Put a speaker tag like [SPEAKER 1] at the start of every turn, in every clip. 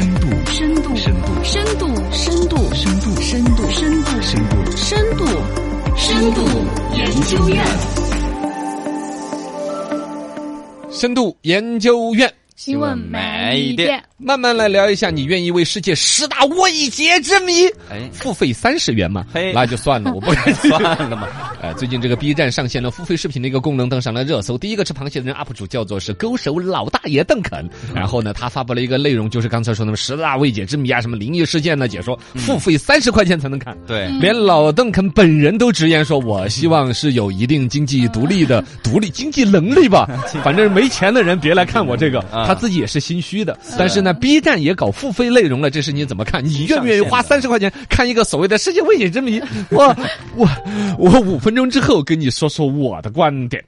[SPEAKER 1] 深度，
[SPEAKER 2] 深度，
[SPEAKER 1] 深度，深度，
[SPEAKER 2] 深度，
[SPEAKER 1] 深度，深度，
[SPEAKER 2] 深度，
[SPEAKER 1] 深度，深度研究院，
[SPEAKER 3] 深度研究院，
[SPEAKER 4] 新闻买一点。
[SPEAKER 3] 慢慢来聊一下，你愿意为世界十大未解之谜
[SPEAKER 2] 哎，
[SPEAKER 3] 付费三十元吗？
[SPEAKER 2] 嘿
[SPEAKER 3] 那就算了，我不 敢
[SPEAKER 2] 算了嘛，
[SPEAKER 3] 呃，最近这个 B 站上线了付费视频的一个功能，登上了热搜。第一个吃螃蟹的人 UP 主叫做是勾手老大爷邓肯，
[SPEAKER 2] 嗯
[SPEAKER 3] 然后呢，他发布了一个内容，就是刚才说的十大未解之谜啊，什么灵异事件呢、解说，
[SPEAKER 2] 嗯
[SPEAKER 3] 付费三十块钱才能看。
[SPEAKER 2] 对，
[SPEAKER 3] 连老邓肯本人都直言说：“我希望是有一定经济独立的独立经济能力 吧，反正没钱的人别来看我这个。”
[SPEAKER 2] 啊
[SPEAKER 3] 他自己也是心虚的。但是呢，B 站也搞付费内容了，这事你怎么看？你愿不愿意花
[SPEAKER 2] 上
[SPEAKER 3] 三十块钱看一个所谓的世界未解之 谜？我我我五分钟之后跟你说说我的观点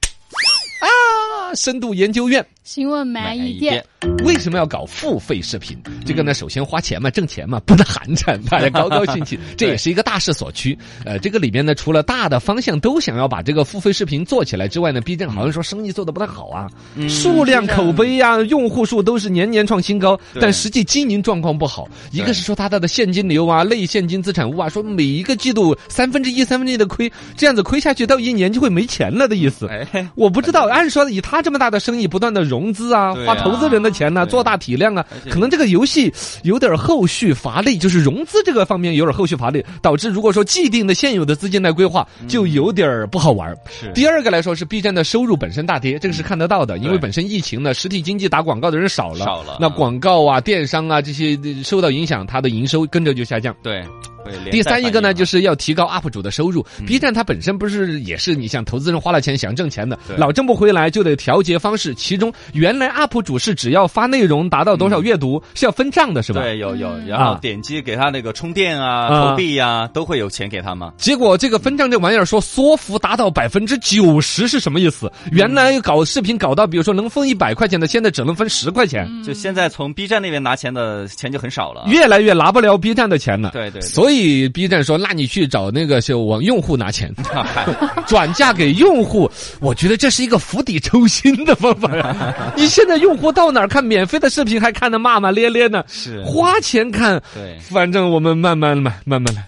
[SPEAKER 3] 啊！深度研究院
[SPEAKER 4] 新闻买一点，，
[SPEAKER 3] 为什么要搞付费视频？这个呢，首先花钱嘛，挣钱嘛，不能寒碜，大 家高高兴兴，这也是一个大势所趋。呃，这个里面呢，除了大的方向都想要把这个付费视频做起来之外呢，B 站好像说生意做得不太好啊，
[SPEAKER 2] 嗯
[SPEAKER 3] 数量、口碑呀、用户数都是年年创新高，
[SPEAKER 2] 啊对
[SPEAKER 3] 但实际经营状况不好。一个
[SPEAKER 2] 对
[SPEAKER 3] 是说它的现金流啊、类现金资产物啊，说每一个季度三分之一、三分之一的亏，这样子亏下去到一年就会没钱了的意思。
[SPEAKER 2] 哎，
[SPEAKER 3] 我不知道，按说以他这么大的生意，不断的融资啊，
[SPEAKER 2] 对啊
[SPEAKER 3] 花投资人的钱呢、
[SPEAKER 2] 对
[SPEAKER 3] 做大体量啊
[SPEAKER 2] 而，且
[SPEAKER 3] 可能这个游戏有点后续乏力，就是融资这个方面有点后续乏力，导致如果说既定的现有的资金来规划，就有点儿不好玩儿。
[SPEAKER 2] 嗯是嗯
[SPEAKER 3] 第二个来说是 B 站的收入本身大跌，这个是看得到的，因为
[SPEAKER 2] 对
[SPEAKER 3] 本身疫情呢，实体经济打广告的人少了，
[SPEAKER 2] 少了
[SPEAKER 3] 那
[SPEAKER 2] 啊
[SPEAKER 3] 广告啊、电商啊这些呃受到影响，它的营收跟着就下降。
[SPEAKER 2] 对，会连带
[SPEAKER 3] 第三一个呢，
[SPEAKER 2] 反应嘛
[SPEAKER 3] 就是要提高 UP 主的收入。B
[SPEAKER 2] 嗯
[SPEAKER 3] 站它本身不是也是你想投资人花了钱想挣钱的，
[SPEAKER 2] 对
[SPEAKER 3] 老挣不回来就得调节方式。其中原来 UP 主是只要发内容达到多少阅读是要分账的，是吧？。
[SPEAKER 2] 嗯对，有有，
[SPEAKER 4] 嗯
[SPEAKER 2] 然后
[SPEAKER 3] 啊
[SPEAKER 2] 点击给他那个充电啊、
[SPEAKER 3] 啊
[SPEAKER 2] 投币呀，都会有钱给他嘛。
[SPEAKER 3] 结果这个分账这玩意儿说缩幅达到百分之九十是什么意思？原来搞视频搞到比如说能分一百块钱的，现在只能分十块钱，
[SPEAKER 2] 就现在从 B 站那边拿钱的钱就很少了。
[SPEAKER 3] 越来越拿不了 B 站的钱了。
[SPEAKER 2] 对对，对
[SPEAKER 3] 所以 B 站说，那你去找那个就往用户拿钱。
[SPEAKER 2] 嗨
[SPEAKER 3] 转嫁给用户，我觉得这是一个釜底抽薪的方法呀。你现在用户到哪儿看免费的视频，还看得骂骂咧咧呢？
[SPEAKER 2] 是
[SPEAKER 3] 花钱看，
[SPEAKER 2] 对
[SPEAKER 3] 反正我们慢慢来，慢慢来。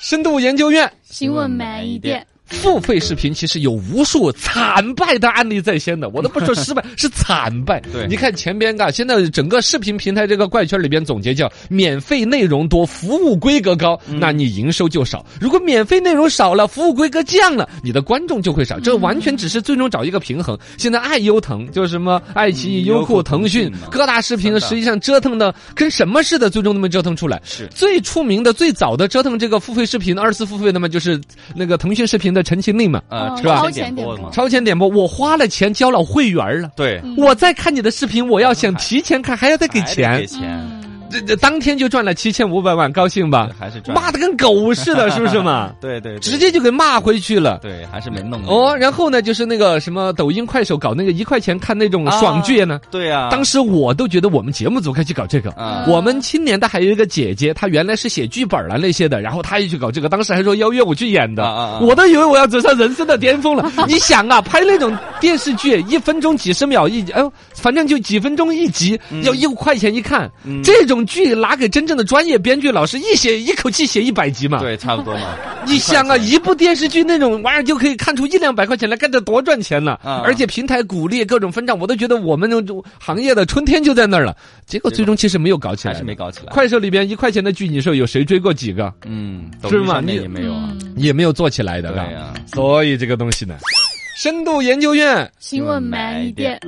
[SPEAKER 3] 深度研究院
[SPEAKER 4] 新闻买一点，
[SPEAKER 3] 付费视频其实有无数惨败的案例在先的，我都不说失 败，是惨败。
[SPEAKER 2] 对
[SPEAKER 3] 你看前边啊，现在整个视频平台这个怪圈里边总结叫免费内容多，服务规格高，
[SPEAKER 2] 嗯
[SPEAKER 3] 那你营收就少。如果免费内容少了，服务规格降了，你的观众就会少。这完全只是最终找一个平衡。现在爱优腾就是什么爱奇艺、
[SPEAKER 2] 嗯
[SPEAKER 3] 优
[SPEAKER 2] 优酷
[SPEAKER 3] 酷、腾讯
[SPEAKER 2] 腾讯嘛
[SPEAKER 3] 各大视频，
[SPEAKER 2] 真的
[SPEAKER 3] 实际上折腾的跟什么似的，最终都没折腾出来。
[SPEAKER 2] 是
[SPEAKER 3] 最出名的、最早的折腾这个付费视频、二次付费的嘛，就是那个腾讯视频的《陈情令》嘛，
[SPEAKER 2] 呃，
[SPEAKER 4] 哦
[SPEAKER 2] 超
[SPEAKER 4] 超
[SPEAKER 2] 前
[SPEAKER 4] 前
[SPEAKER 2] 点播
[SPEAKER 4] 点
[SPEAKER 2] 嘛
[SPEAKER 4] 播。
[SPEAKER 3] 超前点播，我花了钱交了会员了。
[SPEAKER 2] 对，
[SPEAKER 4] 嗯
[SPEAKER 3] 我再看你的视频，我要想提前看，还要再给
[SPEAKER 2] 嗯还得给
[SPEAKER 3] 钱，
[SPEAKER 2] 钱，
[SPEAKER 4] 嗯
[SPEAKER 3] 这这当天就赚了七千五百万，高兴吧？
[SPEAKER 2] 还是赚。？
[SPEAKER 3] 骂的跟狗似的，是不是嘛
[SPEAKER 2] 对对，对
[SPEAKER 3] 直接就给骂回去了。
[SPEAKER 2] 对，还是没弄明
[SPEAKER 3] 哦，
[SPEAKER 2] 白。
[SPEAKER 3] 然后呢，就是那个什么抖音、快手搞那个一块钱看那种
[SPEAKER 2] 啊
[SPEAKER 3] 爽剧呢，
[SPEAKER 2] 对啊，
[SPEAKER 3] 当时我都觉得我们节目组该去搞这个。
[SPEAKER 2] 啊，
[SPEAKER 3] 我们青年的还有一个姐姐，她原来是写剧本了那些的，然后她也去搞这个，当时还说邀约我去演的，
[SPEAKER 2] 啊啊啊
[SPEAKER 3] 我都以为我要走上人生的巅峰了。你想啊，拍那种电视剧，一分钟几十秒一集，哎呦，反正就几分钟一集，要一块钱一看，
[SPEAKER 2] 嗯
[SPEAKER 3] 这种剧拿给真正的专业编剧老师一写，一口气写一百集嘛。
[SPEAKER 2] 对，差不多 嘛。
[SPEAKER 3] 你想啊，
[SPEAKER 2] 一块钱
[SPEAKER 3] 一部电视剧那种玩意儿就可以看出一两百块钱来，干得多赚钱呢！
[SPEAKER 2] 啊
[SPEAKER 3] 而且平台鼓励各种分账，我都觉得我们那种行业的春天就在那儿了。结果最终其实没有搞起来，
[SPEAKER 2] 还是没。搞起来。
[SPEAKER 3] 快手里边一块钱的剧，你说有谁追过几个？
[SPEAKER 2] 嗯，
[SPEAKER 3] 是吗
[SPEAKER 2] 那
[SPEAKER 3] 你
[SPEAKER 2] 也没有啊。
[SPEAKER 4] 嗯
[SPEAKER 3] 也没有做起来的，
[SPEAKER 2] 对啊
[SPEAKER 3] 嘎
[SPEAKER 2] 呀，
[SPEAKER 3] 所以这个东西呢，深度研究院
[SPEAKER 4] 新闻买一点，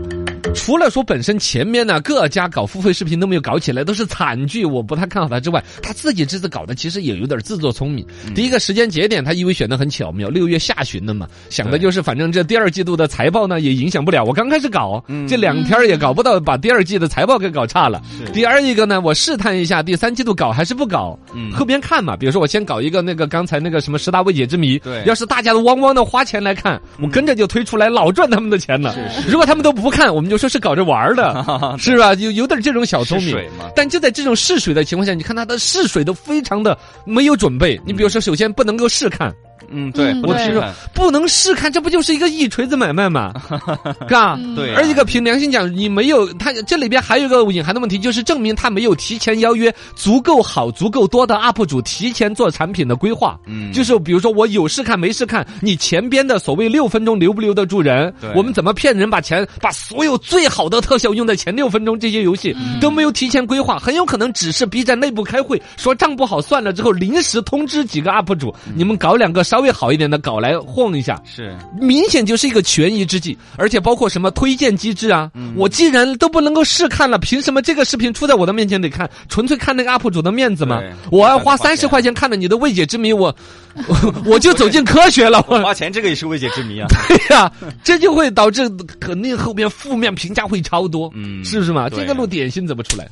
[SPEAKER 3] 除了说本身前面呢各家搞付费视频都没有搞起来，都是惨剧，我不太看好它之外，他自己这次搞的其实也有点自作聪明。
[SPEAKER 2] 嗯
[SPEAKER 3] 第一个时间节点，他因为选的很巧妙，六月下旬的嘛，想的
[SPEAKER 2] 对
[SPEAKER 3] 就是反正这第二季度的财报呢也影响不了，我刚开始搞，
[SPEAKER 2] 嗯
[SPEAKER 3] 这两天儿也搞不到把第二季的财报给搞差了。
[SPEAKER 2] 是
[SPEAKER 3] 第二一个呢，我试探一下第三季度搞还是不搞，
[SPEAKER 2] 嗯
[SPEAKER 3] 后边看嘛。比如说我先搞一个那个刚才那个什么十大未解之谜，
[SPEAKER 2] 对，
[SPEAKER 3] 要是大家都汪汪的花钱来看，我跟着就推出来老赚他们的钱了。如果他们都不看，我们就说是搞着玩儿的 是吧？有有点这种小聪
[SPEAKER 2] 是
[SPEAKER 3] 明
[SPEAKER 2] 水嘛。
[SPEAKER 3] 但就在这种试水的情况下，你看他的试水都非常的没有准备。你比如说，首先不能够试看。
[SPEAKER 2] 嗯，对，
[SPEAKER 4] 嗯
[SPEAKER 2] 不能
[SPEAKER 4] 对
[SPEAKER 2] 吃饭，
[SPEAKER 3] 不能试看，这不就是一个一锤子买卖 嘛，嘎。
[SPEAKER 4] 嗯
[SPEAKER 2] 对啊
[SPEAKER 3] 而一个凭良心讲，你没有他这里边还有一个隐含的问题，就是证明他没有提前邀约足够好、足够多的 UP 主提前做产品的规划。
[SPEAKER 2] 嗯，
[SPEAKER 3] 就是比如说我有事看没事看，你前边的所谓六分钟留不留得住人
[SPEAKER 2] 对？
[SPEAKER 3] 我们怎么骗人把钱把所有最好的特效用在前六分钟？这些游戏
[SPEAKER 2] 嗯
[SPEAKER 3] 都没有提前规划，很有可能只是 B 站内部开会说账不好算了之后，临时通知几个 UP 主，
[SPEAKER 2] 嗯
[SPEAKER 3] 你们搞两个稍微好一点的搞来晃一下。
[SPEAKER 2] 是，
[SPEAKER 3] 明显就是一个权宜之计，而且包括什么推荐机制啊！
[SPEAKER 2] 嗯
[SPEAKER 3] 我既然都不能够试看了，凭什么这个视频出在我的面前得看？纯粹看那个 UP 主的面子吗
[SPEAKER 2] 对？
[SPEAKER 3] 我要花
[SPEAKER 2] 花
[SPEAKER 3] 三
[SPEAKER 2] 钱
[SPEAKER 3] 十块钱看了你的未解之谜，我 我我就走进科学了。 我
[SPEAKER 2] 花钱这个也是未解之 谜啊。
[SPEAKER 3] 对呀、这就会导致肯定后边负面评价会超多，
[SPEAKER 2] 嗯
[SPEAKER 3] 是不是嘛？
[SPEAKER 2] 对
[SPEAKER 3] 这个路点心怎么出来？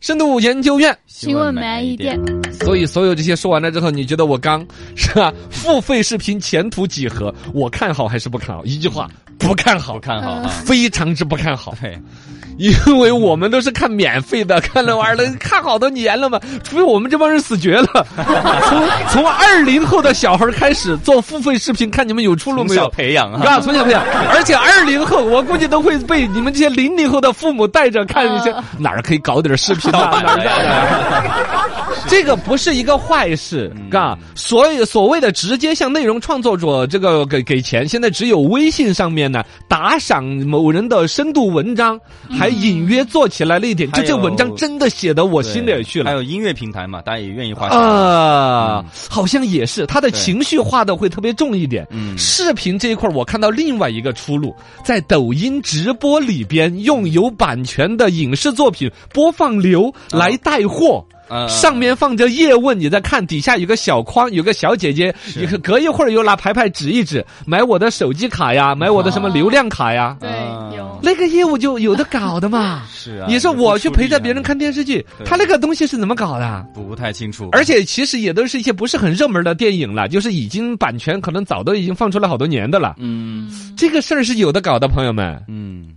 [SPEAKER 3] 深度研究院，
[SPEAKER 4] 新闻慢一点，嗯
[SPEAKER 3] 所以所有这些说完了之后，你觉得我刚是吧？付费视频前途几何？我看好还是不看好？一句话，不看好
[SPEAKER 2] 不。看好啊。
[SPEAKER 3] 非常之不看好，
[SPEAKER 2] 对，
[SPEAKER 3] 因为我们都是看免费的，看了玩儿了，看好多年了嘛，除非我们这帮人死绝了。从从二零后的小孩儿开始做付费视频，看你们有出路
[SPEAKER 2] 从
[SPEAKER 3] 没
[SPEAKER 2] 小
[SPEAKER 3] 有？
[SPEAKER 2] 培养啊，
[SPEAKER 3] 啊，从小 培养，而且二零后，我估计都会被你们这些零零后的父母带着看一些
[SPEAKER 4] 啊
[SPEAKER 3] 哪儿可以搞点视频啊， 哪儿这个不是一个坏事，
[SPEAKER 2] 嗯
[SPEAKER 3] 嘎。所以所谓的直接向内容创作者这个给给钱，现在只有微信上面呢打赏某人的深度文章，还隐约做起来了一点。
[SPEAKER 2] 嗯还
[SPEAKER 3] 就
[SPEAKER 2] 有
[SPEAKER 3] 这文章真的写到我
[SPEAKER 2] 我
[SPEAKER 3] 心里去
[SPEAKER 2] 还
[SPEAKER 3] 了。
[SPEAKER 2] 有音乐平台嘛，大家也愿意花钱。
[SPEAKER 3] 啊
[SPEAKER 2] 嗯，
[SPEAKER 3] 好像也是，他的
[SPEAKER 2] 对
[SPEAKER 3] 情绪化的会特别重一点。
[SPEAKER 2] 嗯
[SPEAKER 3] 视频这一块儿，我看到另外一个出路，在抖音直播里边用有版权的影视作品播放流来带货。
[SPEAKER 2] 呃
[SPEAKER 3] 上面放着叶问，你在看，底下有个小框，有个小姐姐，你看隔一会儿又拿牌牌指一指，买我的手机卡呀，买我的什么流量卡呀，
[SPEAKER 4] 对
[SPEAKER 2] 啊，
[SPEAKER 4] 有
[SPEAKER 3] 那个业务就有的搞的嘛。
[SPEAKER 2] 是啊，
[SPEAKER 3] 你说
[SPEAKER 2] 也不
[SPEAKER 3] 我去
[SPEAKER 2] 出力
[SPEAKER 3] 陪着别
[SPEAKER 2] 啊
[SPEAKER 3] 人，看电视剧，
[SPEAKER 2] 对
[SPEAKER 3] 他那个东西是怎么搞的？啊
[SPEAKER 2] 不太清楚。
[SPEAKER 3] 而且其实也都是一些不是很热门的电影了，就是已经版权可能早都已经放出来好多年的了。
[SPEAKER 2] 嗯
[SPEAKER 3] 这个事儿是有的搞的，朋友们。
[SPEAKER 2] 嗯，